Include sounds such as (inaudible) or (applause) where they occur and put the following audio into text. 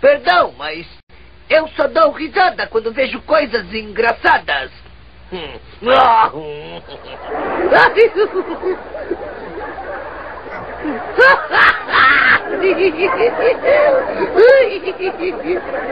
Perdão, mas eu só dou risada quando vejo coisas engraçadas. (laughs) Hum. Ah, hum. Ai.